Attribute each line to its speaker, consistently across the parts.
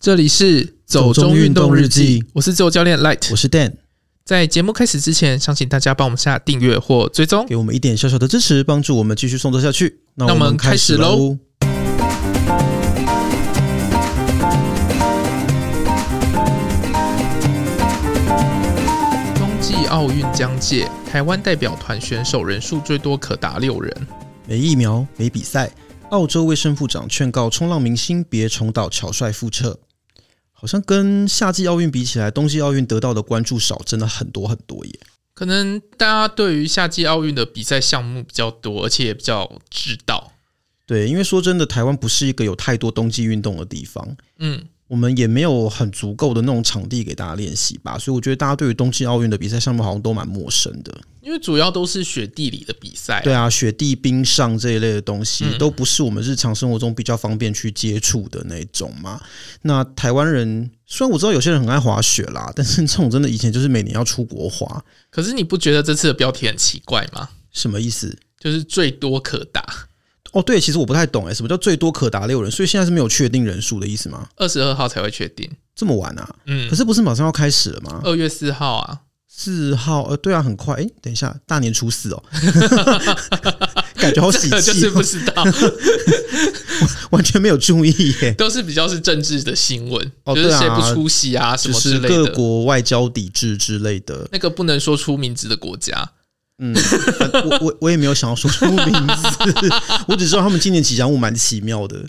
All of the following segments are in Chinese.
Speaker 1: 这里是
Speaker 2: 走中运动日记，
Speaker 1: 我是自由教练 Light
Speaker 2: 我。是 Dan，
Speaker 1: 在节目开始之前，想请大家帮我们下订阅或追踪。
Speaker 2: 给我们一点小小的支持，帮助我们继续创作下去。那
Speaker 1: 那我
Speaker 2: 我
Speaker 1: 们
Speaker 2: 们
Speaker 1: 开
Speaker 2: 开
Speaker 1: 始
Speaker 2: 始
Speaker 1: 喽
Speaker 2: 喽。
Speaker 1: 冬季奥运将届，台湾代表团选手人数最多可达六人。
Speaker 2: 没疫苗，没比赛。澳洲卫生部长劝告冲浪明星别重蹈草率覆辙。好像跟夏季奥运比起来，冬季奥运得到的关注少，真的很多很多耶。
Speaker 1: 可能大家对于夏季奥运的比赛项目比较多，而且也比较知道。
Speaker 2: 对，因为说真的，台湾不是一个有太多冬季运动的地方，
Speaker 1: 嗯，
Speaker 2: 我们也没有很足够的那种场地给大家练习吧，所以我觉得大家对于冬季奥运的比赛项目好像都蛮陌生的。
Speaker 1: 因为主要都是雪地里的比赛。
Speaker 2: 对啊，雪地、冰上这一类的东西，
Speaker 1: 嗯
Speaker 2: 都不是我们日常生活中比较方便去接触的那种嘛。那台湾人虽然我知道有些人很爱滑雪啦，但是这种真的以前就是每年要出国滑，
Speaker 1: 可是你不觉得这次的标题很奇怪吗？
Speaker 2: 什么意思？
Speaker 1: 就是最多可达。
Speaker 2: 哦，对，其实我不太懂诶、什么叫最多可达六人？所以现在是没有确定人数的意思吗？
Speaker 1: 二十二号才会确定。
Speaker 2: 这么晚啊？
Speaker 1: 嗯
Speaker 2: 可，是不是马上要开始了吗？
Speaker 1: 二月四号啊，
Speaker 2: 四号，呃，对啊，很快。诶，等一下，大年初四 哦， 感觉好喜
Speaker 1: 这个 就
Speaker 2: 气
Speaker 1: 是
Speaker 2: 哦、
Speaker 1: 不知道，
Speaker 2: 完全没有注意耶、
Speaker 1: 都是比较是政治的新闻，
Speaker 2: 哦
Speaker 1: 就是
Speaker 2: 对啊
Speaker 1: 谁不出席啊什
Speaker 2: 就
Speaker 1: 么之
Speaker 2: 是
Speaker 1: 类
Speaker 2: 各
Speaker 1: 的。
Speaker 2: 国外交抵制之类的，
Speaker 1: 那个不能说出名字的国家，
Speaker 2: 嗯，反我我我也没有想要说出名字，我只知道他们今年吉祥物蛮奇妙的。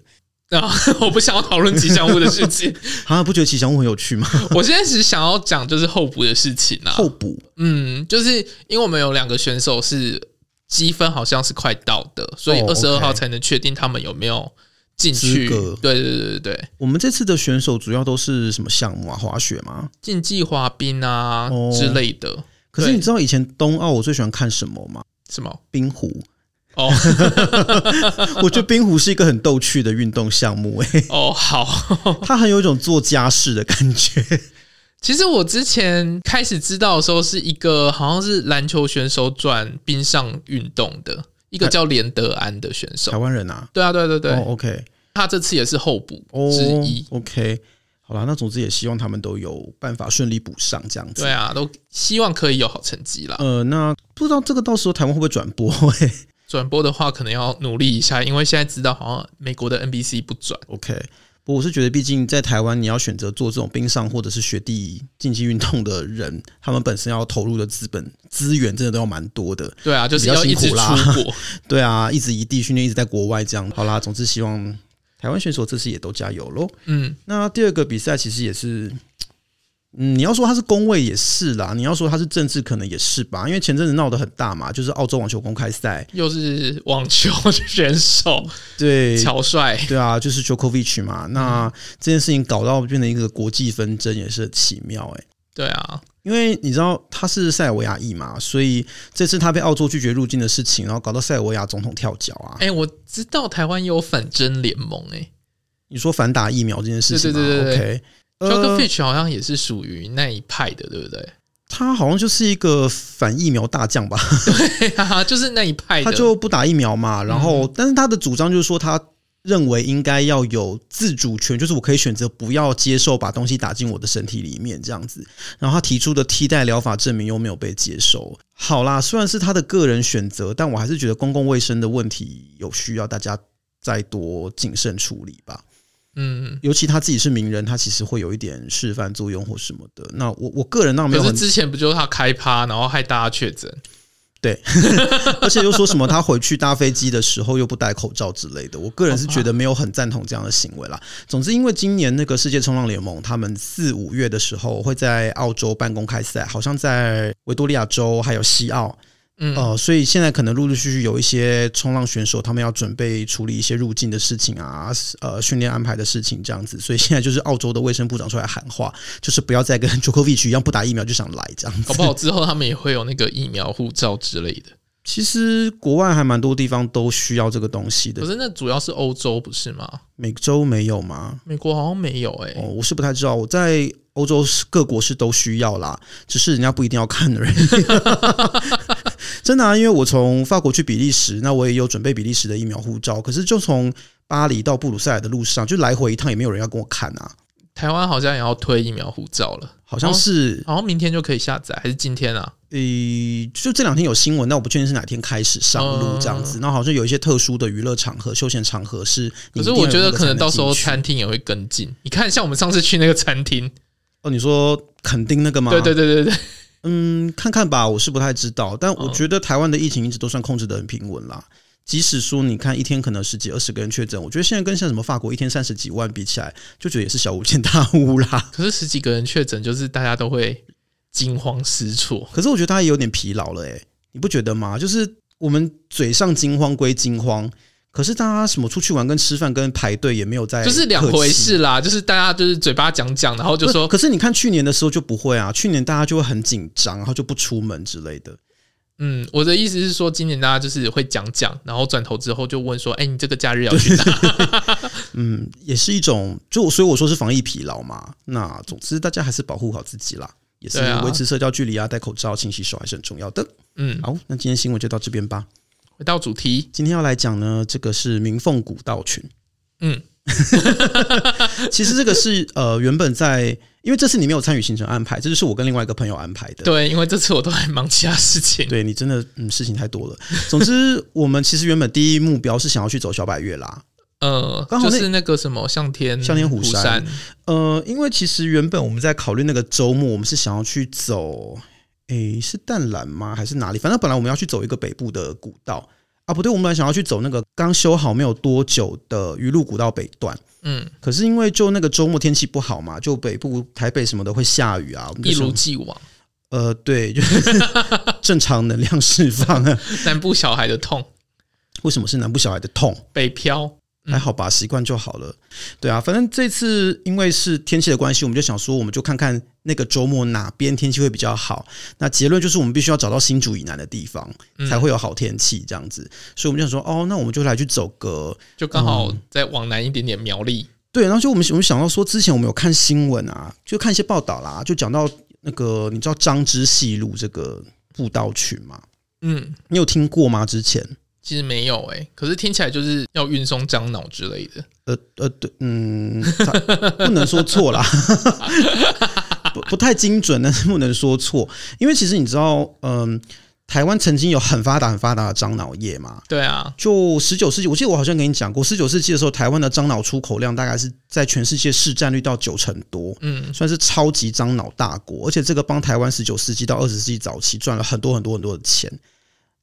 Speaker 1: 啊， 我不想要讨论吉祥物的事 情，
Speaker 2: 好、啊像不觉得吉祥物很有趣吗？
Speaker 1: 我现在只想要讲就是候补的事情啊。
Speaker 2: 候补
Speaker 1: 嗯，就是因为我们有两个选手是积分好像是快到的，所以
Speaker 2: 哦
Speaker 1: 二十二
Speaker 2: OK
Speaker 1: 号才能确定他们有没有进去。
Speaker 2: 资格
Speaker 1: 对对对对对，
Speaker 2: 我们这次的选手主要都是什么项目啊？滑雪吗？
Speaker 1: 竞技滑冰啊、
Speaker 2: 哦
Speaker 1: 之类的，
Speaker 2: 可是
Speaker 1: 对
Speaker 2: 你知道以前冬奥我最喜欢看什么吗？
Speaker 1: 什么？
Speaker 2: 冰壶，
Speaker 1: 哦
Speaker 2: 我觉得冰壶是一个很逗趣的运动项目、欸，
Speaker 1: 哦，好。
Speaker 2: 它很有一种做家事的感觉。
Speaker 1: 其实我之前开始知道的时候，是一个好像是篮球选手转冰上运动的一个叫连德安的选
Speaker 2: 台
Speaker 1: 手。
Speaker 2: 湾人啊，
Speaker 1: 对啊，对对对，
Speaker 2: 哦，OK，
Speaker 1: 他这次也是候补
Speaker 2: 哦
Speaker 1: 之一。
Speaker 2: ，OK，好啦，那总之也希望他们都有办法顺利补上这样子。
Speaker 1: 对啊，都希望可以有好成绩啦。
Speaker 2: 呃，那不知道这个到时候台湾会不会转播、欸？
Speaker 1: 转播的话，可能要努力一下，因为现在知道好像美国的 NBC 不转。
Speaker 2: OK，不过我是觉得，毕竟在台湾，你要选择做这种冰上或者是雪地竞技运动的人，他们本身要投入的资本资源真的都要蛮多的。
Speaker 1: 对啊，就是
Speaker 2: 比较
Speaker 1: 要一
Speaker 2: 辛苦
Speaker 1: 直出
Speaker 2: 啦
Speaker 1: 国。
Speaker 2: 对啊，一直异地训练，一直在国外这样。好啦，总之希望台湾选手这次也都加油喽。
Speaker 1: 嗯，
Speaker 2: 那第二个比赛其实也是。嗯，你要说它是工位也是啦，你要说它是政治可能也是吧，因为前阵子闹得很大嘛，就是澳洲网球公开赛，
Speaker 1: 又是网球选手
Speaker 2: 对，
Speaker 1: 乔帅，
Speaker 2: 对啊，就是 Djokovic 嘛，那这件事情搞到变成一个国际纷争也是很奇妙哎、
Speaker 1: 对啊，
Speaker 2: 因为你知道他是塞尔维亚裔嘛，所以这次他被澳洲拒绝入境的事情，然后搞到塞尔维亚总统跳脚啊。
Speaker 1: 哎、我知道台湾有反争联盟、哎、
Speaker 2: 你说反打疫苗这件事情吗
Speaker 1: 对对对对对 j o k o
Speaker 2: o k 呃
Speaker 1: v i，c 好像也是属于那一派的，对不对？
Speaker 2: 他好像就是一个反疫苗大将吧，
Speaker 1: 对 啊，就是那一派的。
Speaker 2: 他就不打疫苗嘛，然后、但是他的主张就是说他。认为应该要有自主权，就是我可以选择不要接受把东西打进我的身体里面这样子。然后他提出的替代疗法证明又没有被接受。好啦，虽然是他的个人选择，但我还是觉得公共卫生的问题有需要大家再多谨慎处理吧。
Speaker 1: 嗯，
Speaker 2: 尤其他自己是名人，他其实会有一点示范作用或什么的。那我我个人当然没有
Speaker 1: 可是
Speaker 2: 很
Speaker 1: 之前不就是他开趴，然后害大家确诊？
Speaker 2: 而且又说什么他回去搭飞机的时候又不戴口罩之类的，我个人是觉得没有很赞同这样的行为啦。总之，因为今年那个世界冲浪联盟，他们四五月的时候会在澳洲办公开赛，好像在维多利亚州还有西澳，
Speaker 1: 嗯，
Speaker 2: 哦，所以现在可能陆陆续续有一些冲浪选手，他们要准备处理一些入境的事情啊，呃，训练安排的事情这样子。所以现在就是澳洲的卫生部长出来喊话，就是不要再跟 Djokovic 一样不打疫苗就想来这样子。
Speaker 1: 搞不好之后他们也会有那个疫苗护照之类的。
Speaker 2: 其实国外还蛮多地方都需要这个东西的
Speaker 1: 可，是那主要是欧洲不是吗？
Speaker 2: 每周没有吗？
Speaker 1: 美国好像没有哎、
Speaker 2: 哦，我是不太知道，我在欧洲是各国是都需要啦，只是人 家不一定要 看而已。真的啊，因为我从法国去比利时，那我也有准备比利时的疫苗护照，可是就从巴黎到布鲁塞尔的路上，就来回一趟，也没有人要跟我看啊。
Speaker 1: 台湾好像也要推疫苗护照了，
Speaker 2: 好像是
Speaker 1: 好像明天就可以下载，还是今天啊？
Speaker 2: 诶、就这两天有新闻，但我不确定是哪天开始上
Speaker 1: 哦
Speaker 2: 路这样子。然后好像有一些特殊的娱乐场合、休闲场合是
Speaker 1: 可
Speaker 2: 你
Speaker 1: 是
Speaker 2: 一定要有那个才进去，
Speaker 1: 我觉得可能到时候餐厅也会跟进。你看，像我们上次去那个餐厅，
Speaker 2: 哦，你说肯定那个吗？
Speaker 1: 对对对对对，
Speaker 2: 嗯，看看吧，我是不太知道，但我觉得台湾的疫情一直都算控制的很平稳
Speaker 1: 嗯
Speaker 2: 啦。即使说你看一天可能十几二十个人确诊，我觉得现在跟像什么法国一天三十几万比起来，就觉得也是小巫见大巫啦。
Speaker 1: 可是十几个人确诊，就是大家都会惊慌失措。
Speaker 2: 可是我觉得大家也有点疲劳了、欸，你不觉得吗？就是我们嘴上惊慌归惊慌，可是大家什么出去玩跟吃饭跟排队也没有在，
Speaker 1: 就是两回。事啦，就是大家就是嘴巴讲讲，然后就说
Speaker 2: 可是你看去年的时候就不会啊，去年大家就会很紧张，然后就不出门之类的。
Speaker 1: 嗯，我的意思是说，今年大家就是会讲讲，然后转头之后就问说，哎、你这个假日要去哪？
Speaker 2: 嗯，也是一种，就所以我说是防疫疲劳嘛。那总之大家还是保护好自己啦，也是
Speaker 1: 对啊
Speaker 2: 维持社交距离啊，戴口罩、勤洗手还是很重要的。
Speaker 1: 嗯，
Speaker 2: 好，那今天新闻就到这边吧。
Speaker 1: 回到主题，
Speaker 2: 今天要来讲呢，这个是鸣凤古道群。
Speaker 1: 嗯，
Speaker 2: 其实这个是呃，原本在因为这次你没有参与行程安排，这就是我跟另外一个朋友安排的。
Speaker 1: 对，因为这次我都还忙其他事情。
Speaker 2: 对你真的嗯，事情太多了。总之，我们其实原本第一目标是想要去走小百越啦，
Speaker 1: 呃，
Speaker 2: 刚好
Speaker 1: 就
Speaker 2: 那
Speaker 1: 是那个什么向天
Speaker 2: 向天虎
Speaker 1: 山，
Speaker 2: 山呃，因为其实原本我们在考虑那个周末，我们是想要去走，诶，是淡蓝吗？还是哪里？反正本来我们要去走一个北部的古道啊，不对，我们本来想要去走那个刚修好没有多久的鱼路古道北段。
Speaker 1: 嗯，
Speaker 2: 可是因为就那个周末天气不好嘛，就北部台北什么的会下雨啊，我们就
Speaker 1: 一如
Speaker 2: 想
Speaker 1: 既往，
Speaker 2: 呃，对，就是 正常能量释放啊。
Speaker 1: 南部小孩的痛，
Speaker 2: 为什么是南部小孩的痛？
Speaker 1: 北漂，嗯
Speaker 2: 还好吧，习惯就好了。对啊，反正这次因为是天气的关系，我们就想说，我们就看看那个周末哪边天气会比较好。那结论就是，我们必须要找到新竹以南的地方
Speaker 1: 嗯
Speaker 2: 才会有好天气这样子。所以我们就想说，哦，那我们就来去走个
Speaker 1: 就刚
Speaker 2: 哦
Speaker 1: 好再往南一点点苗栗，
Speaker 2: 对。然后就我们我们想到说，之前我们有看新闻啊，就看一些报道啦，就讲到那个你知道张之细路这个步道群吗？
Speaker 1: 嗯，
Speaker 2: 你有听过吗？之前？
Speaker 1: 其实没有哎、可是听起来就是要运送樟脑之类的，
Speaker 2: 呃呃，对，嗯，差不能说错啦， 不不太精准，但是不能说错，因为其实你知道，嗯、台湾曾经有很发达、很发达的樟脑业嘛。
Speaker 1: 对啊，
Speaker 2: 就十九世纪，我记得我好像跟你讲过，十九世纪的时候，台湾的樟脑出口量大概是在全世界市占率到九成多，
Speaker 1: 嗯，
Speaker 2: 算是超级樟脑大国，而且这个帮台湾十九世纪到二十世纪早期赚了很多很多很多的钱。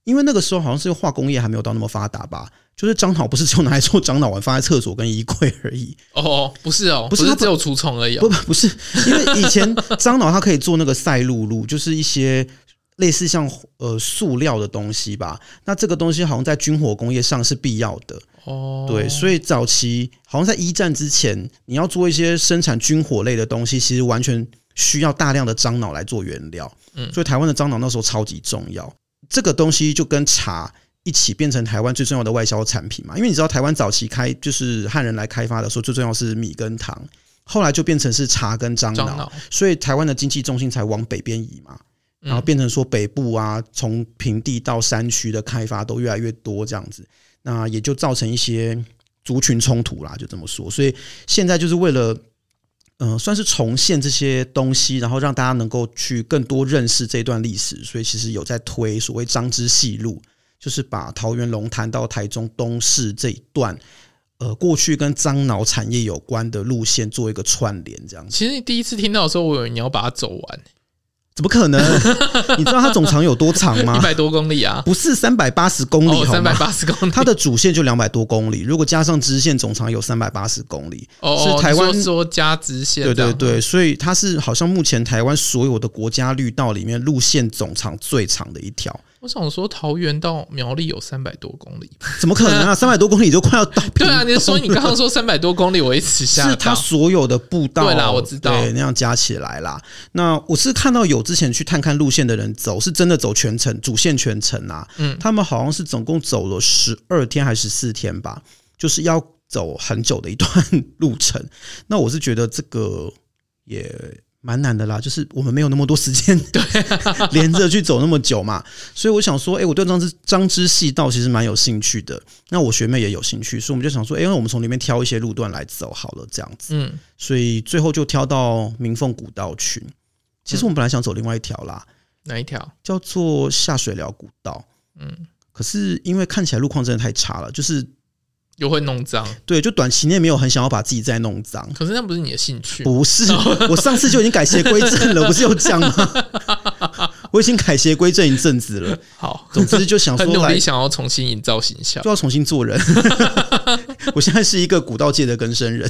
Speaker 2: 因为那个时候好像是化工业还没有到那么发达吧，就是樟脑不是只有拿来做樟脑丸放在厕所跟衣柜而已，
Speaker 1: 哦，不是哦，
Speaker 2: 不是
Speaker 1: 不
Speaker 2: 它
Speaker 1: 是
Speaker 2: 不
Speaker 1: 只有除虫而已、哦
Speaker 2: 不，不是，因为以前樟脑它可以做那个赛璐璐， 就是一些类似像呃塑料的东西吧。那这个东西好像在军火工业上是必要的，
Speaker 1: 哦，
Speaker 2: 对，所以早期好像在一战之前，你要做一些生产军火类的东西，其实完全需要大量的樟脑来做原料。
Speaker 1: 嗯
Speaker 2: 所以台湾的樟脑那时候超级重要，这个东西就跟茶一起变成台湾最重要的外销产品嘛。因为你知道台湾早期开就是汉人来开发的时候，最重要是米跟糖，后来就变成是茶跟樟
Speaker 1: 樟
Speaker 2: 脑，
Speaker 1: 脑，
Speaker 2: 所以台湾的经济重心才往北边移嘛。然后
Speaker 1: 嗯
Speaker 2: 变成说北部啊，从平地到山区的开发都越来越多这样子，那也就造成一些族群冲突啦，就这么说。所以现在就是为了，嗯、算是重现这些东西，然后让大家能够去更多认识这段历史，所以其实有在推所谓张之细路，就是把桃园龙潭到台中东市这一段。呃，过去跟樟脑产业有关的路线做一个串联，这样子
Speaker 1: 其实你第一次听到的时候，我以为你要把它走完
Speaker 2: 怎么可能？ 你知道它总长有多长吗
Speaker 1: 一？百多公里啊，
Speaker 2: 不是三百八十公里，
Speaker 1: 哦，
Speaker 2: 好
Speaker 1: 三
Speaker 2: 吗
Speaker 1: 百？八十公里，
Speaker 2: 它的主线就两百多公里，如果加上支线，总长有三百八十公里。
Speaker 1: 哦，
Speaker 2: 是台湾
Speaker 1: 你说说加直线，
Speaker 2: 对对，对，所以它是好像目前台湾所有的国家绿道里面路线总长最长的一条。
Speaker 1: 我想说桃园到苗栗有三百多公里，
Speaker 2: 怎么可能啊？三百多公里就快要到屏东
Speaker 1: 对啊，
Speaker 2: 了。
Speaker 1: 你说你刚刚说三百多公里，我一时吓
Speaker 2: 是它
Speaker 1: 到。
Speaker 2: 所有的步道，
Speaker 1: 对啦我知道
Speaker 2: 对那样加起来啦。那我是看到有之前去探看路线的人走，是真的走全程主线全程啊，
Speaker 1: 嗯
Speaker 2: 他们好像是总共走了十二天还是十四天吧，就是要走很久的一段路程。那我是觉得这个也蛮难的啦，就是我们没有那么多时间对、 连着去走那么久嘛，所以我想说，哎、我对张之张之细道其实蛮有兴趣的。那我学妹也有兴趣，所以我们就想说，哎、那我们从里面挑一些路段来走好了，这样子。
Speaker 1: 嗯，
Speaker 2: 所以最后就挑到明凤古道群。其实我们本来想走另外一条啦，
Speaker 1: 哪一条？
Speaker 2: 叫做下水寮古道。
Speaker 1: 嗯，
Speaker 2: 可是因为看起来路况真的太差了，就是
Speaker 1: 又会弄脏，
Speaker 2: 对，就短期内没有很想要把自己再弄脏。
Speaker 1: 可是那不是你的兴趣。
Speaker 2: 不是，我上次就已经改邪归 正了，不是有讲吗？我已经改邪归正一阵 子了。
Speaker 1: 好，
Speaker 2: 总之就想说
Speaker 1: 很努
Speaker 2: 来
Speaker 1: 力想要重新营造形 象。
Speaker 2: 就要重新做人。我现在是一个古道界的更生人，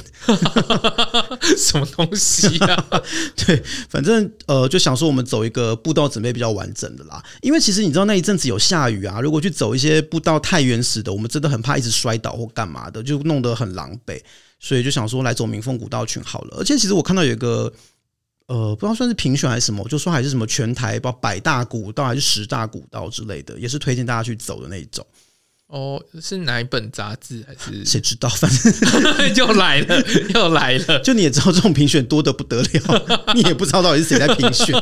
Speaker 1: 什么东西啊？
Speaker 2: 对，反正呃，就想说我们走一个步道准备比较完整的啦。因为其实你知道那一阵子有下雨啊，如果去走一些步道太原始的，我们真的很怕一直摔倒或干嘛的，就弄得很狼狈。所以就想说来走民风古道群好了。而且其实我看到有一个。呃，不知道算是评选还是什么，就说还是什么全台包百大古道还是十大古道之类的，也是推荐大家去走的那一种。
Speaker 1: 哦，是哪一本杂志还 是？
Speaker 2: 谁知道，反正
Speaker 1: 又来了，又来 了。
Speaker 2: 就你也知道，这种评选多得不得了， 你也不知道到底是谁在评选。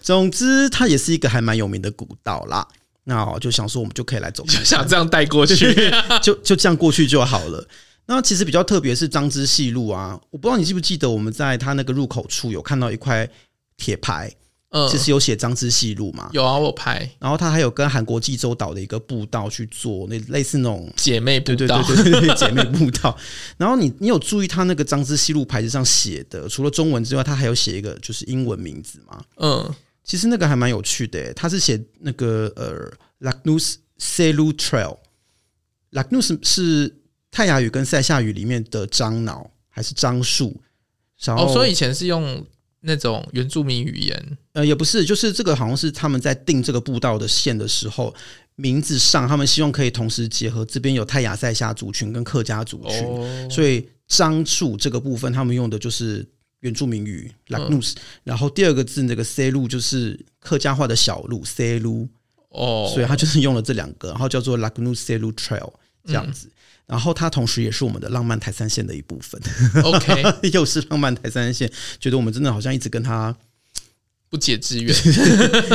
Speaker 2: 总之，它也是一个还蛮有名的古道啦。那我就想说，我们就可以来走看
Speaker 1: 就想这样带过去，
Speaker 2: 就就这样过去就好了。那其实比较特别是张之细路啊，我不知道你记不记得，我们在它那个入口处有看到一块铁牌，
Speaker 1: 嗯，
Speaker 2: 其实有写张之细路嘛。
Speaker 1: 有啊，我拍
Speaker 2: 然后它还有跟韩国济州岛的一个步道去做那类似那种
Speaker 1: 姐妹步
Speaker 2: 对对
Speaker 1: 道
Speaker 2: 对，对对对，姐妹步道。 然后你你有注意它那个张之西路牌子上写的，除了中文之外，它还有写一个就是英文名字嘛？
Speaker 1: 嗯，
Speaker 2: 其实那个还蛮有趣的耶，它是写那个呃 Lagnus Selu Trail。Lagnus 是泰雅语跟塞夏语里面的樟脑还是樟树？然后、
Speaker 1: 哦，所以以前是用那种原住民语言，
Speaker 2: 呃也不是，就是这个好像是他们在定这个步道的线的时候。名字上，他们希望可以同时结合这边有泰雅塞夏族群跟客家族群，
Speaker 1: 哦，
Speaker 2: 所以樟树这个部分，他们用的就是原住民语
Speaker 1: 嗯
Speaker 2: “lagnus”，、然后第二个字那个 “c 路”就是客家话的小路 “c 路”，
Speaker 1: 哦，
Speaker 2: 所以他就是用啊了这两个，然后叫做 “lagnus c 路 trail”
Speaker 1: 嗯
Speaker 2: 这样子。然后它同时也是我们的浪漫台三线的一部分，
Speaker 1: OK
Speaker 2: 又是浪漫台三线，觉得我们真的好像一直跟他
Speaker 1: 不解之缘，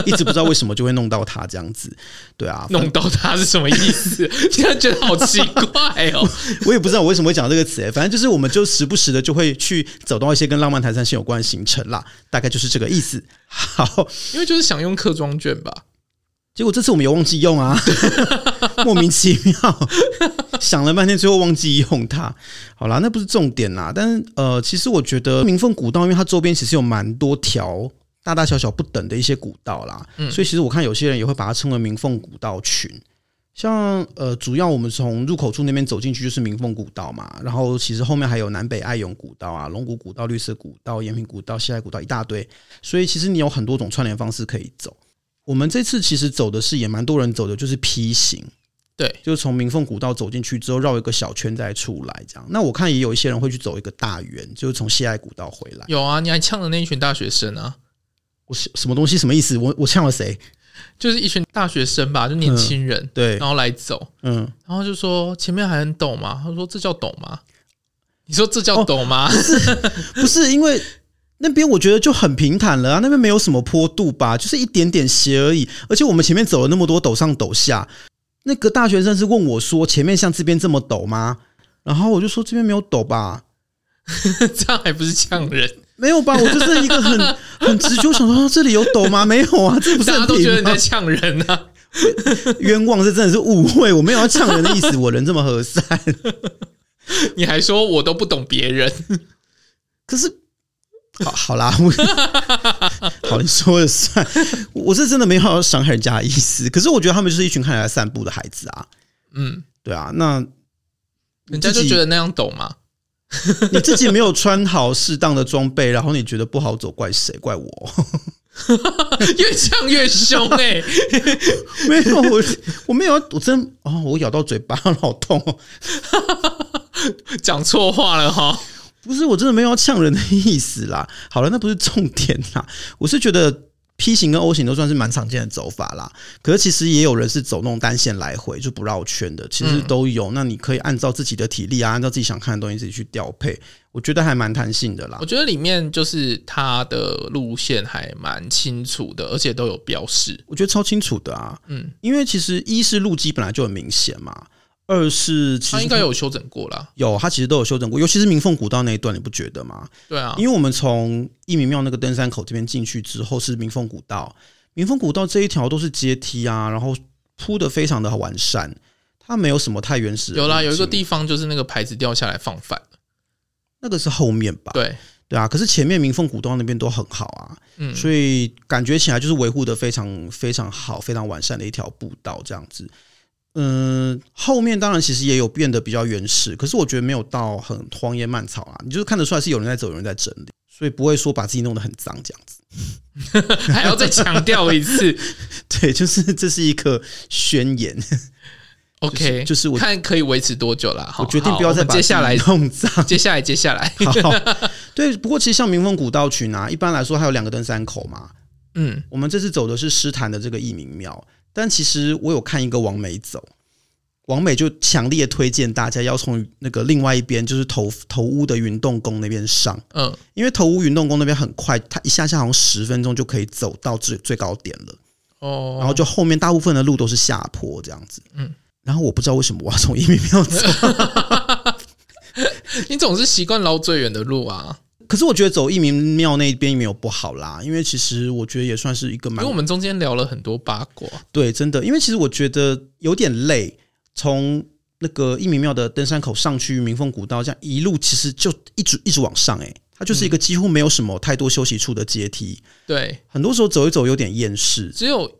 Speaker 2: 一直不知道为什么就会弄到他这样子，对啊，
Speaker 1: 弄到他是什么意思？ 现在觉得好奇怪哦。
Speaker 2: 我也不知道我为什么会讲这个词、欸，反正就是我们就时不时的就会去走到一些跟浪漫台三线有关的行程啦，大概就是这个意思。好，
Speaker 1: 因为就是想用客庄卷吧，
Speaker 2: 结果这次我们也忘记用啊，莫名其妙，想了半天，最后忘记用它。好啦，那不是重点啦，但是呃，其实我觉得明凤古道，因为它周边其实有蛮多条大大小小不等的一些古道啦，所以其实我看有些人也会把它称为明凤古道群。像呃，主要我们从入口处那边走进去就是明凤古道嘛，然后其实后面还有南北爱勇古道啊、龙骨古道、绿色古道、延平古道、西海古道一大堆，所以其实你有很多种串联方式可以走。我们这次其实走的是也蛮多人走的，就是 P 型，
Speaker 1: 对，
Speaker 2: 就是从明凤古道走进去之后绕一个小圈再出来，这样。那我看也有一些人会去走一个大圆，就是从西爱古道回来。
Speaker 1: 有啊，你还呛了那一群大学生啊，
Speaker 2: 我是什么东西什么意思？我我呛了谁？
Speaker 1: 就是一群大学生吧，就年轻人，
Speaker 2: 嗯对，
Speaker 1: 然后来走，
Speaker 2: 嗯，
Speaker 1: 然后就说前面还很陡吗？他说这叫陡吗？你说这
Speaker 2: 哦
Speaker 1: 叫陡吗？
Speaker 2: 不是因为。那边我觉得就很平坦了啊，那边没有什么坡度吧，就是一点点斜而已。而且我们前面走了那么多陡上陡下，那个大学生是问我说：“前面像这边这么陡吗？”然后我就说：“这边没有陡吧。”
Speaker 1: 这样还不是呛人？
Speaker 2: 没有吧？我就是一个很 很直觉，我想说啊这里有抖吗？没有啊，这不是
Speaker 1: 大家
Speaker 2: 很
Speaker 1: 都觉得
Speaker 2: 平
Speaker 1: 你
Speaker 2: 吗
Speaker 1: 在？呛人啊！
Speaker 2: 冤枉，这真的是误会，我没有要呛人的意思， 我人这么和善，
Speaker 1: 你还说我都不懂别人，
Speaker 2: 可是。好好啦，我 好你说了算，我是真的没有要伤害人家的意思。可是我觉得他们就是一群看起来散步的孩子啊，
Speaker 1: 嗯，
Speaker 2: 对啊，那
Speaker 1: 人家就觉得那样陡嘛。
Speaker 2: 你自己没有穿好适当的装备，然后你觉得不好走，怪谁？怪我？
Speaker 1: 越呛越凶哎、
Speaker 2: 没有，我我没有要，我真哦，我咬到嘴巴好痛哦，
Speaker 1: 讲错话了哈。
Speaker 2: 不是，我真的没有要呛人的意思啦。好了，那不是重点啦。我是觉得 P 型跟 O 型都算是蛮常见的走法啦。可是其实也有人是走那种单线来回，就不绕圈的，其实都有。那你可以按照自己的体力啊，按照自己想看的东西自己去调配，我觉得还蛮弹性的啦
Speaker 1: 我。觉得里面就是它的路线还蛮清楚的，而且都有标示。
Speaker 2: 我觉得超清楚的啊，
Speaker 1: 嗯，
Speaker 2: 因为其实一是路基本来就很明显嘛，二是其
Speaker 1: 它
Speaker 2: 实
Speaker 1: 应该有修整过啦。
Speaker 2: 有，它其实都有修正过，尤其是明凤古道那一段，你不觉得吗？
Speaker 1: 对啊，
Speaker 2: 因为我们从义民庙那个登山口这边进去之后是民丰古道，民丰古道这一条都是阶梯啊，然后铺的非常的完善，它没有什么太原始的路径。
Speaker 1: 有啦，有一个地方就是那个牌子掉下来放反了。
Speaker 2: 那个是后面吧？
Speaker 1: 对，
Speaker 2: 对啊，可是前面民丰古道那边都很好啊，
Speaker 1: 嗯，
Speaker 2: 所以感觉起来就是维护的非常非常好、非常完善的一条步道这样子。嗯，后面当然其实也有变得比较原始，可是我觉得没有到很荒野漫草啊，你就是看得出来是有人在走，有人在整理，所以不会说把自己弄得很脏这样子。
Speaker 1: 还要再强调一 次。
Speaker 2: 对，就是这是一个宣言，
Speaker 1: OK，
Speaker 2: 就是我
Speaker 1: 看可以维持多久啦。好
Speaker 2: 我决定不要
Speaker 1: 好
Speaker 2: 再
Speaker 1: 我们
Speaker 2: 把
Speaker 1: 接下来
Speaker 2: 自己弄 脏。
Speaker 1: 接下来接下来，
Speaker 2: 好，对，不过其实像民丰古道群啊，一般来说它有两个登山口嘛。
Speaker 1: 嗯，
Speaker 2: 我们这次走的是诗坛的这个义民庙，但其实我有看一个王美走，王美就强烈推荐大家要从那个另外一边，就是头头屋的云洞宫那边上，
Speaker 1: 嗯，
Speaker 2: 因为头屋云洞宫那边很快，它一下下好像十分钟就可以走到最最高点了。
Speaker 1: 哦，
Speaker 2: 然后就后面大部分的路都是下坡这样子。
Speaker 1: 嗯
Speaker 2: 嗯，然后我不知道为什么我要从移民庙 走，
Speaker 1: 你总是习惯捞最远的路 啊，
Speaker 2: 可是我觉得走移民庙那边也没有不好啦，因为其实我觉得也算是一个
Speaker 1: 因
Speaker 2: 蛮
Speaker 1: 为我们中间聊了很多八卦。
Speaker 2: 对，真的，因为其实我觉得有点累，从。那个义民庙的登山口上去明凤古道，这样一路其实就一直一直往上、欸，它就是一个几乎没有什么太多休息处的阶梯，
Speaker 1: 对，
Speaker 2: 很多时候走一走有点厌世，
Speaker 1: 只有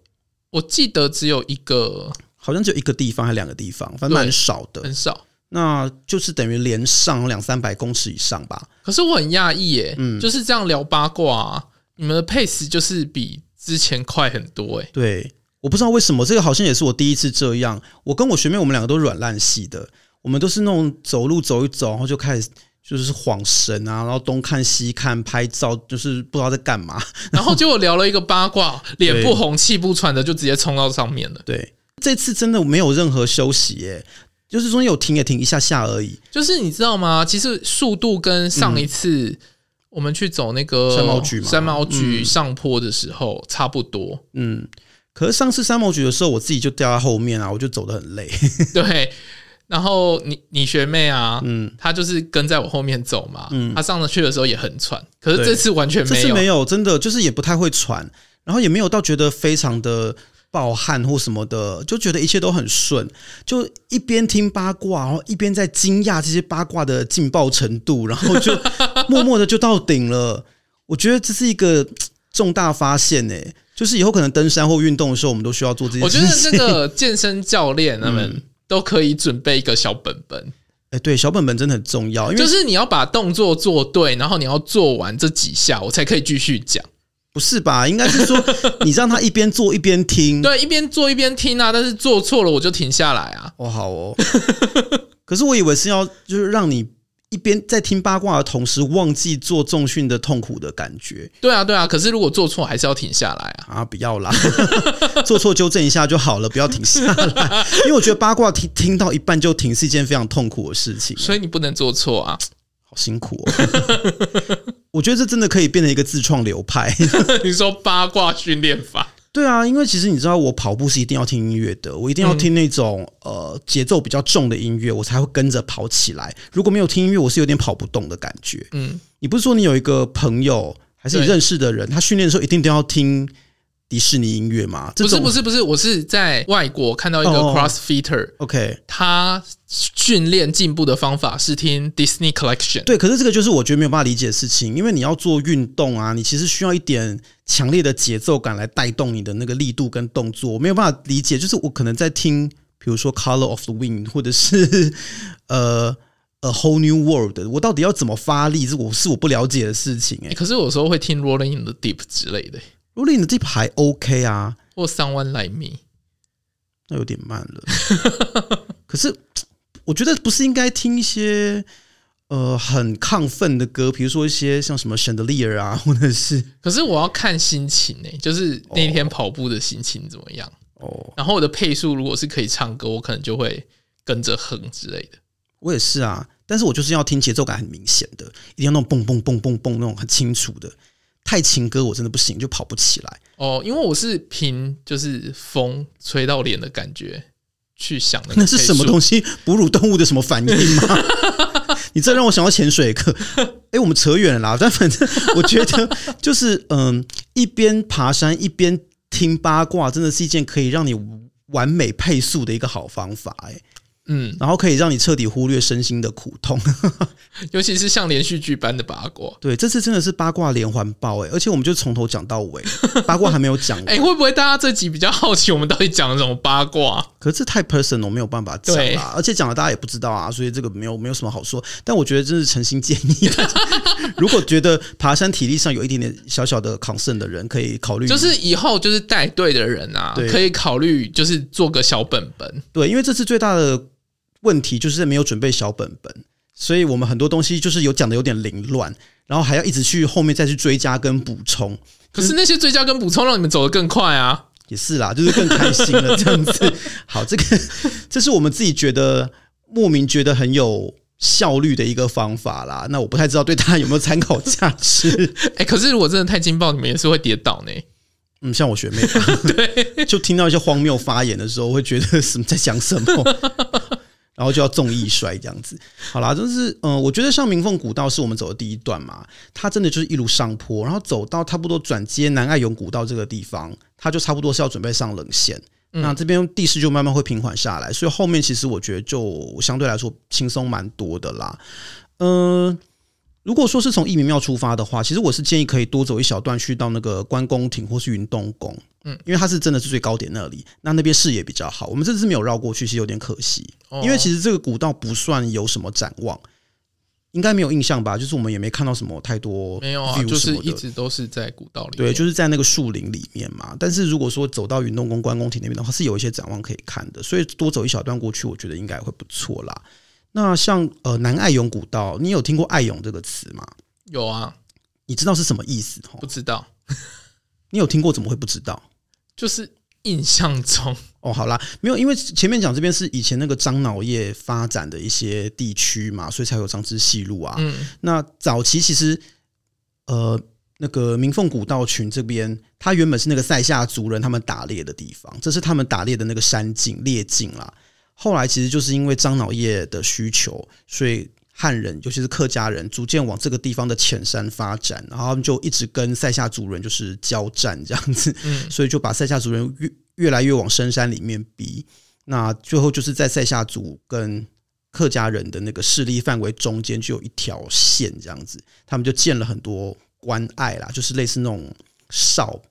Speaker 1: 我记得只有一个
Speaker 2: 好像只有一个地方还两个地方，反正蛮
Speaker 1: 对
Speaker 2: 少的，
Speaker 1: 很少，
Speaker 2: 那就是等于连上两三百公尺以上吧，
Speaker 1: 可是我很讶异耶，
Speaker 2: 嗯
Speaker 1: 就是这样聊八卦、啊，你们的 pace 就是比之前快很多哎，
Speaker 2: 对，我不知道为什么，这个好像也是我第一次这样。我跟我学妹，我们两个都软烂系的，我们都是那种走路走一走，然后就开始就是晃神啊，然后东看西看，拍照，就是不知道在干嘛。
Speaker 1: 然后结果聊了一个八卦，
Speaker 2: 对
Speaker 1: 脸不红气不喘的就直接冲到上面了，
Speaker 2: 对，这次真的没有任何休息耶、就是中间有停也停一下下而已。
Speaker 1: 就是你知道吗？其实速度跟上一次我们去走那个
Speaker 2: 嗯山毛榉嘛
Speaker 1: 山毛榉
Speaker 2: 嗯
Speaker 1: 上坡的时候差不多，
Speaker 2: 嗯，可是上次三毛举的时候，我自己就掉在后面啊，我就走得很累。
Speaker 1: 对。然后你你学妹啊，
Speaker 2: 嗯，
Speaker 1: 她就是跟在我后面走嘛，
Speaker 2: 嗯
Speaker 1: 她上了去的时候也很喘，可是
Speaker 2: 对
Speaker 1: 这次完全
Speaker 2: 这
Speaker 1: 没
Speaker 2: 次
Speaker 1: 有，
Speaker 2: 没有，真的就是也不太会喘，然后也没有到觉得非常的暴汗或什么的，就觉得一切都很顺，就一边听八卦，然后一边在惊讶这些八卦的劲爆程度，然后 就默默的就到顶了。我觉得这是一个重大发现诶、就是以后可能登山或运动的时候，我们都需要做这些
Speaker 1: 我
Speaker 2: 事
Speaker 1: 觉
Speaker 2: 情。
Speaker 1: 得那个健身教练他
Speaker 2: 嗯
Speaker 1: 们都可以准备一个小本本，
Speaker 2: 哎、对，小本本真的很重要，因为
Speaker 1: 就是你要把动作做对，然后你要做完这几下，我才可以继续讲。
Speaker 2: 不是吧？应该是说你让他一边做一边听，
Speaker 1: 对，一边做一边听啊，但是做错了我就停下来啊。
Speaker 2: 哦，好哦。 可是我以为是要就是让你一边在听八卦的同时，忘记做重训的痛苦的感觉
Speaker 1: 对啊，对啊，可是如果做错还是要停下来啊。
Speaker 2: 啊！不要啦， 做错纠正一下就好了，不要停下来。因为我觉得八卦听听到一半就停是一件非常痛苦的事情，
Speaker 1: 所以你不能做错啊！
Speaker 2: 好辛苦哦。 我觉得这真的可以变成一个自创流派。
Speaker 1: 你说八卦训练法，
Speaker 2: 对啊，因为其实你知道，我跑步是一定要听音乐的，我一定要听那种、呃节奏比较重的音乐，我才会跟着跑起来。如果没有听音乐，我是有点跑不动的感觉。
Speaker 1: 嗯，
Speaker 2: 你不是说你有一个朋友还是你
Speaker 1: 对
Speaker 2: 认识的人，他训练的时候一定都要听迪士尼音乐吗？这
Speaker 1: 不是
Speaker 2: 种
Speaker 1: 不是不是，我是在外国看到一个
Speaker 2: 哦哦
Speaker 1: CrossFitter，
Speaker 2: OK，
Speaker 1: 他训练进步的方法是听 Disney Collection。
Speaker 2: 对。可是这个就是我觉得没有办法理解的事情，因为你要做运动啊，你其实需要一点强烈的节奏感来带动你的那个力度跟动作。我没有办法理解，就是我可能在听，比如说《Color of the Wind》或者是 呃。A whole new world，我到底要怎么发力？这我是我不了解的事情、欸。
Speaker 1: 欸
Speaker 2: 哎
Speaker 1: 可是我有时候会听 Rolling in the Deep 之类的，
Speaker 2: ，Rolling 的这排 OK 啊，
Speaker 1: 或 Someone Like Me。
Speaker 2: 那有点慢了。可是我觉得不是应该听一些呃很亢奋的歌，比如说一些像什么 Chandelier 啊，或者是
Speaker 1: 可是我要看心情呢、就是那一天跑步的心情怎么样。
Speaker 2: 哦，
Speaker 1: 然后我的配速如果是可以唱歌，我可能就会跟着哼之类的。
Speaker 2: 我也是啊，但是我就是要听节奏感很明显的，一定要那种蹦蹦蹦蹦蹦那种很清楚的。太情歌我真的不行，就跑不起来。
Speaker 1: 哦，因为我是凭就是风吹到脸的感觉去想的。
Speaker 2: 那是什么
Speaker 1: 西？
Speaker 2: 东西？哺乳动物的什么反应吗？你这让我想到潜水课。哎、我们扯远了啦， 但反正我觉得就是嗯，一边爬山一边听八卦，真的是一件可以让你完美配速的一个好方法、诶
Speaker 1: 嗯，
Speaker 2: 然后可以让你彻底忽略身心的苦痛。
Speaker 1: 尤其是像连续剧般的八卦。
Speaker 2: 对，这次真的是八卦连环爆哎、诶而且我们就从头讲到尾，八卦还没有讲完。
Speaker 1: 哎、会不会大家这集比较好奇我们到底讲了什么八卦？
Speaker 2: 可是这太 personal 没有办法讲
Speaker 1: 对
Speaker 2: 啦，而且讲了大家也不知道啊，所以这个没有没有什么好说。但我觉得真是诚心建议大家， 如果觉得爬山体力上有一点点小小的 concern 的人，可以考虑
Speaker 1: 就是以后就是带队的人啊
Speaker 2: 对，
Speaker 1: 可以考虑就是做个小本本。
Speaker 2: 对，因为这次最大的问题就是没有准备小本本，所以我们很多东西就是有讲的有点凌乱，然后还要一直去后面再去追加跟补充。
Speaker 1: 可是那些追加跟补充让你们走得更快啊！
Speaker 2: 也是啦，就是更开心了这样子。好，这个 这是我们自己觉得莫名觉得很有效率的一个方法啦。那我不太知道对大家有没有参考价值。
Speaker 1: 哎、可是如果真的太劲爆，你们也是会跌倒呢。
Speaker 2: 嗯，像我学妹吧，对，就听到一些荒谬发言的时候，会觉得什么在讲什么。然后就要纵意摔这样子，好啦，就是嗯、呃我觉得像明凤古道是我们走的第一段嘛，它真的就是一路上坡，然后走到差不多转接南爱勇古道这个地方，它就差不多是要准备上冷线。
Speaker 1: 嗯
Speaker 2: 那这边地势就慢慢会平缓下来，所以后面其实我觉得就相对来说轻松蛮多的啦。嗯、如果说是从义民庙出发的话，其实我是建议可以多走一小段去到那个关公亭或是云洞宫，嗯，因为它是真的是最高点那里，那那边视野比较好。我们这次没有绕过去，其实有点可惜，
Speaker 1: 哦
Speaker 2: 因为其实这个古道不算有什么展望，应该没有印象吧？就是我们也没看到什么太多
Speaker 1: 没有啊，
Speaker 2: view
Speaker 1: 就
Speaker 2: 什
Speaker 1: 是
Speaker 2: 么
Speaker 1: 一
Speaker 2: 的。
Speaker 1: 直都是在古道里
Speaker 2: 对，
Speaker 1: 面。
Speaker 2: 就是在那个树林里面嘛。但是如果说走到云洞宫关公亭那边的话，是有一些展望可以看的，所以多走一小段过去，我觉得应该会不错啦。那像呃南爱勇古道，你有听过爱勇这个词吗？
Speaker 1: 有啊，
Speaker 2: 你知道是什么意思？吼
Speaker 1: 不知道，
Speaker 2: 你有听过怎么会不知道？
Speaker 1: 就是印象中
Speaker 2: 哦，好啦，没有，因为前面讲这边是以前那个樟脑业发展的一些地区嘛，所以才有樟之细路啊。
Speaker 1: 嗯，
Speaker 2: 那早期其实，呃，那个明凤古道群这边，它原本是那个塞夏族人他们打猎的地方，这是他们打猎的那个山径猎径啦。后来其实就是因为樟脑业的需求，所以汉人，尤其是客家人，逐渐往这个地方的浅山发展，然后他们就一直跟塞夏族人就是交战这样子，
Speaker 1: 嗯
Speaker 2: 所以就把塞夏族人越越来越往深山里面逼。那最后就是在塞夏族跟客家人的那个势力范围中间就有一条线这样子，他们就建了很多关隘啦，就是类似那种哨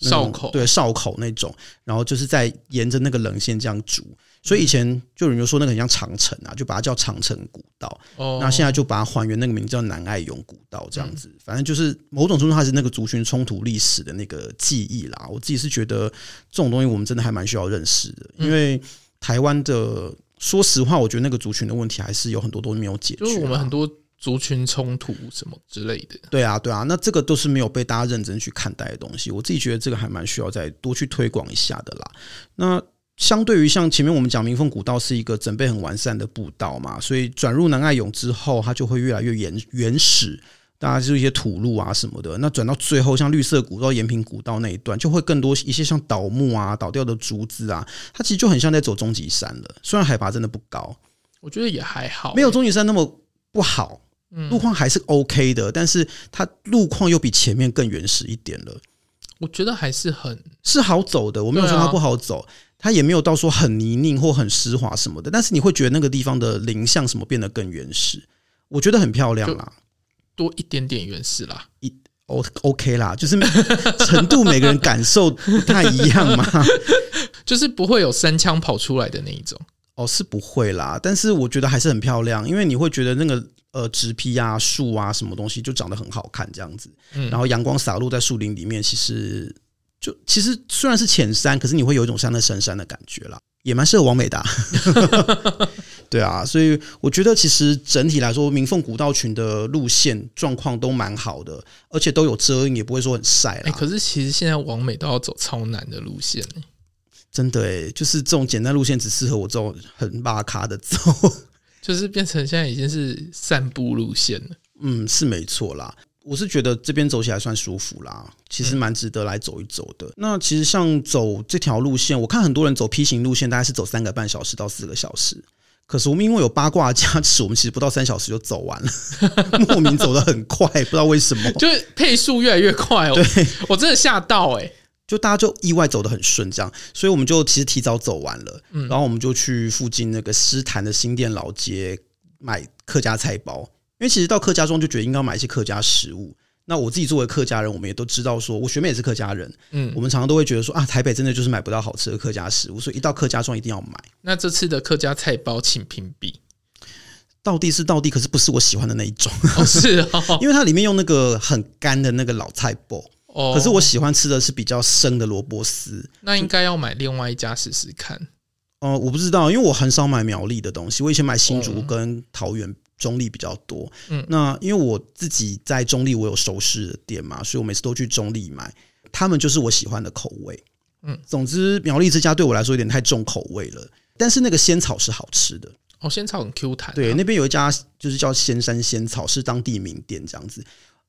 Speaker 2: 那种
Speaker 1: 哨口。
Speaker 2: 对哨口那种，然后就是在沿着那个棱线这样筑。所以以前就有人就说那个很像长城啊，就把它叫长城古道。
Speaker 1: 哦，嗯
Speaker 2: 那现在就把它还原那个名字叫南爱勇古道这样子，反正就是某种程度它是那个族群冲突历史的那个记忆啦。我自己是觉得这种东西我们真的还蛮需要认识的，
Speaker 1: 嗯
Speaker 2: 因为台湾的说实话，我觉得那个族群的问题还是有很多都没有解决啊
Speaker 1: 就
Speaker 2: 啦。
Speaker 1: 是我们很多族群冲突什么之类的。
Speaker 2: 对啊，对啊，那这个都是没有被大家认真去看待的东西。我自己觉得这个还蛮需要再多去推广一下的啦。那相对于像前面我们讲明凤古道是一个整备很完善的步道嘛，所以转入南爱勇之后，它就会越来越原原始，大家就是一些土路啊什么的。那转到最后，像绿色古道、延平古道那一段，就会更多一些像倒木啊、倒掉的竹子啊，它其实就很像在走终极山了。虽然海拔真的不高，
Speaker 1: 我觉得也还好，欸
Speaker 2: 没有终极山那么不好，
Speaker 1: 嗯
Speaker 2: 路，况还是 OK 的，但是它路况又比前面更原始一点了，
Speaker 1: 我觉得还是很
Speaker 2: 是好走的。我没有说它
Speaker 1: 对啊
Speaker 2: 不好走，它也没有到说很泥泞或很湿滑什么的，但是你会觉得那个地方的林相什么变得更原始，我觉得很漂亮啦。
Speaker 1: 多一点点原始啦。
Speaker 2: O OK 啦，就是 程度每个人感受不太一样嘛。
Speaker 1: 就是不会有三枪跑出来的那一种。
Speaker 2: 哦，是不会啦，但是我觉得还是很漂亮，因为你会觉得那个呃植皮啊、树啊什么东西就长得很好看这样子，
Speaker 1: 嗯
Speaker 2: 然后阳光洒落在树林里面，其实就其实虽然是浅山，可是你会有一种像在深山的感觉啦，也蛮适合王美达。啊 对啊，所以我觉得其实整体来说，鸣凤古道群的路线状况都蛮好的，而且都有遮阴，也不会说很晒啦。
Speaker 1: 哎、可是其实现在往美都要走超难的路线、欸
Speaker 2: 真的诶、就是这种简单路线只适合我这种很拉咖的 走。
Speaker 1: 就是变成现在已经是散步路线了。
Speaker 2: 嗯，是没错啦。我是觉得这边走起来算舒服啦，其实蛮值得来走一走的。那其实像走这条路线，我看很多人走 P 型路线，大概是走三个半小时到四个小时。可是我们因为有八卦加持，我们其实不到三小时就走完了， 莫名走得很快，不知道为什么，
Speaker 1: 就是配速越来越快哦， 我真的吓到哎、
Speaker 2: 就大家就意外走得很顺，这样，所以我们就其实提早走完了，
Speaker 1: 嗯
Speaker 2: 然后我们就去附近那个诗坛的新店老街买客家菜包，因为其实到客家庄就觉得应该要买一些客家食物。那我自己作为客家人，我们也都知道说，我学妹也是客家人，
Speaker 1: 嗯
Speaker 2: 我们常常都会觉得说啊，台北真的就是买不到好吃的客家食物，所以一到客家庄一定要买。
Speaker 1: 那这次的客家菜包请屏蔽
Speaker 2: 到地是到地，可是不是我喜欢的那一种，
Speaker 1: 哦，是哦，
Speaker 2: 因为它里面用那个很干的那个老菜包，
Speaker 1: 哦，
Speaker 2: 可是我喜欢吃的是比较生的萝卜丝。
Speaker 1: 那应该要买另外一家试试看。
Speaker 2: 哦、我不知道，因为我很少买苗栗的东西，我以前买新竹
Speaker 1: 哦
Speaker 2: 跟桃园。中立比较多，
Speaker 1: 嗯
Speaker 2: 那因为我自己在中立我有熟识的店嘛，所以我每次都去中立买，他们就是我喜欢的口味，
Speaker 1: 嗯，
Speaker 2: 总之苗栗之家对我来说有点太重口味了，但是那个仙草是好吃的，
Speaker 1: 哦，仙草很 Q 弹、啊，
Speaker 2: 对，那边有一家就是叫仙山仙草，是当地名店这样子。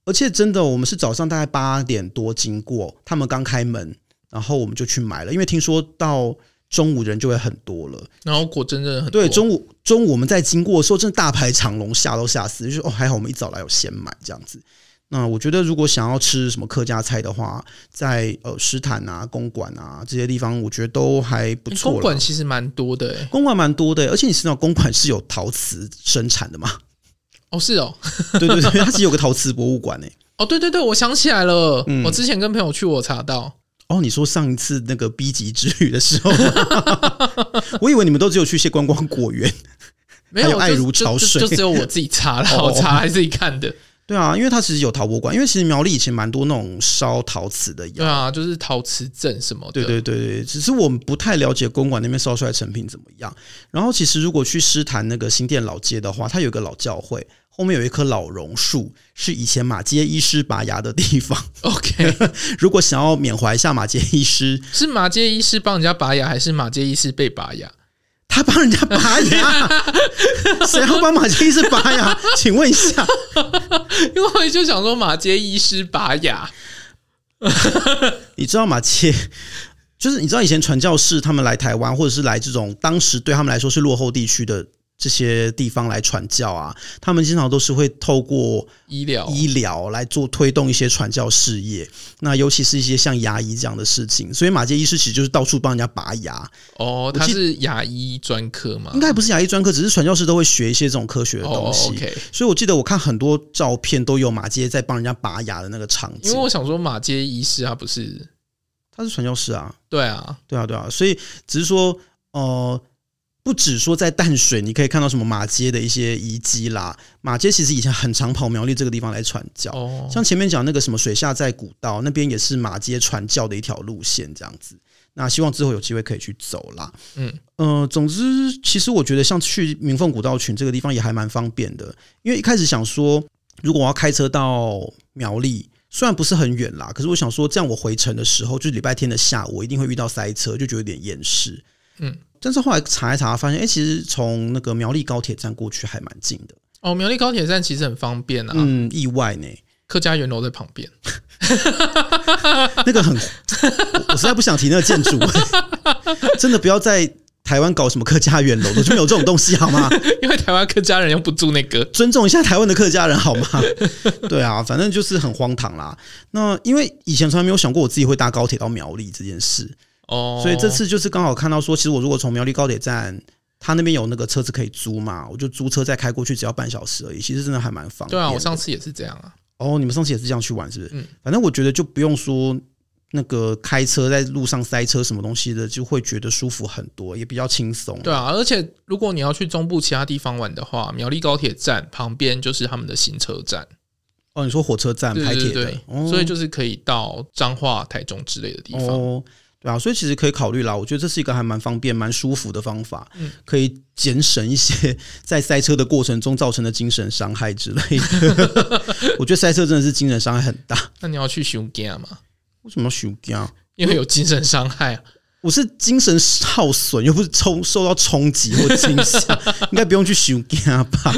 Speaker 2: 而且真的，我们是早上大概八点多经过，他们刚开门，然后我们就去买了，因为听说到中午人就会很多了。
Speaker 1: 然后果真真的很
Speaker 2: 对，
Speaker 1: 多哎
Speaker 2: 中午中午我们在经过的时候，真的大排长龙，吓都吓死。就是哦，还好我们一早来有先买这样子。那我觉得，如果想要吃什么客家菜的话，在呃石潭啊、公馆啊这些地方，我觉得都还不
Speaker 1: 诶
Speaker 2: 错啦。
Speaker 1: 公馆其实蛮多的哎、
Speaker 2: 公馆蛮多的，而且你知道公馆是有陶瓷生产的嘛？
Speaker 1: 哦，是哦，
Speaker 2: 对对对，它其实有个陶瓷博物馆诶、欸
Speaker 1: 哦，对对对，我想起来了，
Speaker 2: 嗯
Speaker 1: 我之前跟朋友去，我查到
Speaker 2: 哦，你说上一次那个 B 级之旅的时 候吗，我以为你们都只有去一些观光果园。
Speaker 1: 没有，
Speaker 2: 还有爱
Speaker 1: 就
Speaker 2: 如潮水
Speaker 1: 就就就只有我自己查 了，
Speaker 2: 哦
Speaker 1: 我查还自己看的。
Speaker 2: 对啊，因为它其实有陶博馆，因为其实苗栗以前蛮多那种烧陶瓷的窑。
Speaker 1: 对啊，就是陶瓷镇什么的，
Speaker 2: 对对对对，只是我们不太了解公馆那边烧出来的成品怎么样。然后其实如果去诗坛那个新店老街的话，它有一个老教会，后面有一棵老榕树，是以前马街医师拔牙的地方。
Speaker 1: OK，
Speaker 2: 如果想要缅怀一下马街医师，
Speaker 1: 是马街医师帮人家拔牙，还是马街医师被拔牙？
Speaker 2: 他帮人家拔牙，谁要帮马杰医师拔牙？请问一下，
Speaker 1: 因为我就想说马街医师拔牙，
Speaker 2: 你知道马杰？就是你知道以前传教士他们来台湾，或者是来这种当时对他们来说是落后地区的这些地方来传教啊，他们经常都是会透过
Speaker 1: 医疗
Speaker 2: 医疗来做推动一些传教事业，那尤其是一些像牙医这样的事情。所以马杰医师其实就是到处帮人家拔牙，
Speaker 1: 哦，他是牙医专科嘛？
Speaker 2: 应该不是牙医专科，只是传教士都会学一些这种科学的
Speaker 1: 哦
Speaker 2: 东西。
Speaker 1: ，OK。
Speaker 2: 所以我记得我看很多照片都有马街在帮人家拔牙的那个场
Speaker 1: 因
Speaker 2: 景
Speaker 1: 为，我想说马街医师他不是
Speaker 2: 他是传教士啊，
Speaker 1: 对啊，
Speaker 2: 对啊，对啊，所以只是说，呃，不只说在淡水你可以看到什么马街的一些遗迹啦，马街其实以前很常跑苗栗这个地方来传教，
Speaker 1: 哦，
Speaker 2: 像前面讲那个什么水下寨古道那边也是马街传教的一条路线，这样子。那希望之后有机会可以去走啦。
Speaker 1: 嗯，
Speaker 2: 呃，总之，其实我觉得像去明凤古道群这个地方也还蛮方便的，因为一开始想说，如果我要开车到苗栗，虽然不是很远啦，可是我想说，这样我回程的时候，就是礼拜天的下午，我一定会遇到塞车，就觉得有点厌世。
Speaker 1: 嗯，
Speaker 2: 但是后来查一查，发现哎、诶其实从那个苗栗高铁站过去还蛮近的。
Speaker 1: 哦，苗栗高铁站其实很方便啊，
Speaker 2: 嗯，意外呢。
Speaker 1: 客家园楼在旁边。
Speaker 2: 那个很，我我实在不想提那个建筑， 真的不要在台湾搞什么客家园楼，我就没有这种东西好吗？
Speaker 1: 因为台湾客家人又不住那个，
Speaker 2: 尊重一下台湾的客家人好吗？ 对啊，反正就是很荒唐啦。那因为以前从来没有想过我自己会搭高铁到苗栗这件事，
Speaker 1: 哦，
Speaker 2: 所以这次就是刚好看到说，其实我如果从苗栗高铁站。他那边有那个车子可以租嘛，我就租车再开过去，只要半小时而已。其实真的还蛮方
Speaker 1: 对
Speaker 2: 便的。
Speaker 1: 啊，我上次也是这样啊，
Speaker 2: 哦，你们上次也是这样去玩，是不是？
Speaker 1: 嗯
Speaker 2: 反正我觉得就不用说那个开车在路上塞车什么东西的，就会觉得舒服很多，也比较轻松。
Speaker 1: 对啊，而且如果你要去中部其他地方玩的话，苗栗高铁站旁边就是他们的新车站，
Speaker 2: 哦，你说火车站
Speaker 1: 对
Speaker 2: 排
Speaker 1: 对
Speaker 2: 铁
Speaker 1: 对
Speaker 2: 的，，哦
Speaker 1: 所以就是可以到彰化、台中之类的地方。
Speaker 2: 哦，对啊，所以其实可以考虑啦。我觉得这是一个还蛮方便、蛮舒服的方法，
Speaker 1: 嗯
Speaker 2: 可以减省一些在塞车的过程中造成的精神伤害之类的。 我觉得塞车真的是精神伤害很大。
Speaker 1: 那你要去熊 g 嘛？
Speaker 2: 为什么要啊休假？
Speaker 1: 因为有精神伤害啊。
Speaker 2: 我是精神耗损，又不是冲受到冲击或惊吓，应该不用去休假吧？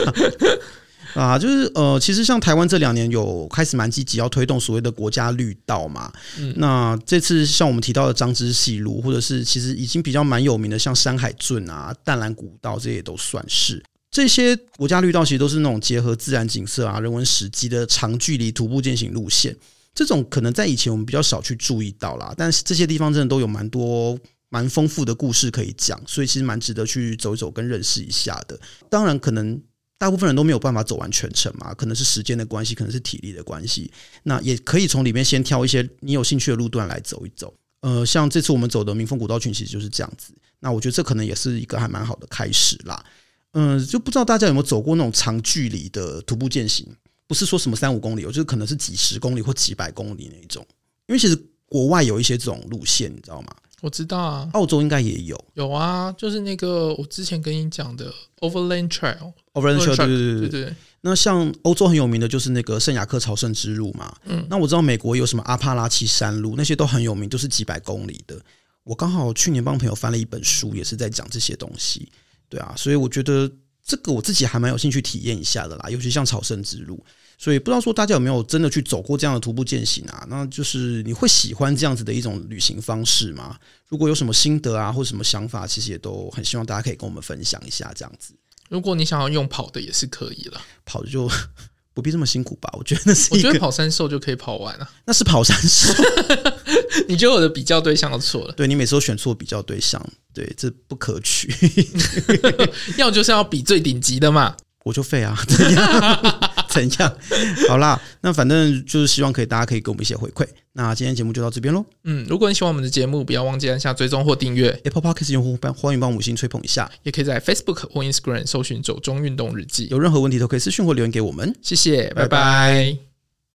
Speaker 2: 啊，就是呃，其实像台湾这两年有开始蛮积极要推动所谓的国家绿道嘛。
Speaker 1: 嗯
Speaker 2: 那这次像我们提到的张之细路，或者是其实已经比较蛮有名的，像山海圳啊、淡蓝古道，这些也都算是。这些国家绿道其实都是那种结合自然景色啊、人文史迹的长距离徒步践行路线。这种可能在以前我们比较少去注意到啦，但是这些地方真的都有蛮多蛮丰富的故事可以讲，所以其实蛮值得去走一走跟认识一下的。当然，可能大部分人都没有办法走完全程嘛，可能是时间的关系，可能是体力的关系，那也可以从里面先挑一些你有兴趣的路段来走一走。呃，像这次我们走的民丰古道群，其实就是这样子。那我觉得这可能也是一个还蛮好的开始啦。嗯、就不知道大家有没有走过那种长距离的徒步践行，不是说什么三五公里哦，就是可能是几十公里或几百公里那一种。因为其实国外有一些这种路线，你知道吗？
Speaker 1: 我知道啊，
Speaker 2: 澳洲应该也有
Speaker 1: 有啊，就是那个我之前跟你讲的 Overland Trail，
Speaker 2: ，Overland Trail，对
Speaker 1: Trail，
Speaker 2: 对对
Speaker 1: 对
Speaker 2: 对
Speaker 1: 对，
Speaker 2: 那像欧洲很有名的就是那个圣雅克朝圣之路嘛，
Speaker 1: 嗯
Speaker 2: 那我知道美国有什么阿帕拉契山路，那些都很有名，都是几百公里的。我刚好去年帮朋友翻了一本书，也是在讲这些东西，对啊，所以我觉得这个我自己还蛮有兴趣体验一下的啦，尤其像朝圣之路。所以不知道说大家有没有真的去走过这样的徒步践行啊？那就是你会喜欢这样子的一种旅行方式吗？如果有什么心得啊，或什么想法，其实也都很希望大家可以跟我们分享一下，这样子。
Speaker 1: 如果你想要用跑的也是可 以了，
Speaker 2: 跑的就不必这么辛苦吧？我觉得那是
Speaker 1: 我
Speaker 2: 一
Speaker 1: 觉得
Speaker 2: 个，
Speaker 1: 跑三兽就可以跑完了、
Speaker 2: 那是跑山兽。
Speaker 1: 你觉得我的比较对象错了，
Speaker 2: 对你每次都选错比较对象，对，这不可取。
Speaker 1: 要就是要比最顶级的嘛。
Speaker 2: 我就废啊， 怎样？ 怎样？好啦，那反正就是希望可以，大家可以给我们一些回馈。那今天节目就到这边喽。
Speaker 1: 嗯，如果你喜欢我们的节目，不要忘记按下追踪或订阅，
Speaker 2: Apple Podcast 用户帮欢迎帮我们五星吹捧一下，
Speaker 1: 也可以在 Facebook 或 Instagram 搜寻“走中运动日记
Speaker 2: 有任何问题都可以私讯或留言给我们。”。
Speaker 1: 谢谢，
Speaker 2: 拜
Speaker 1: 拜
Speaker 2: 拜
Speaker 1: 拜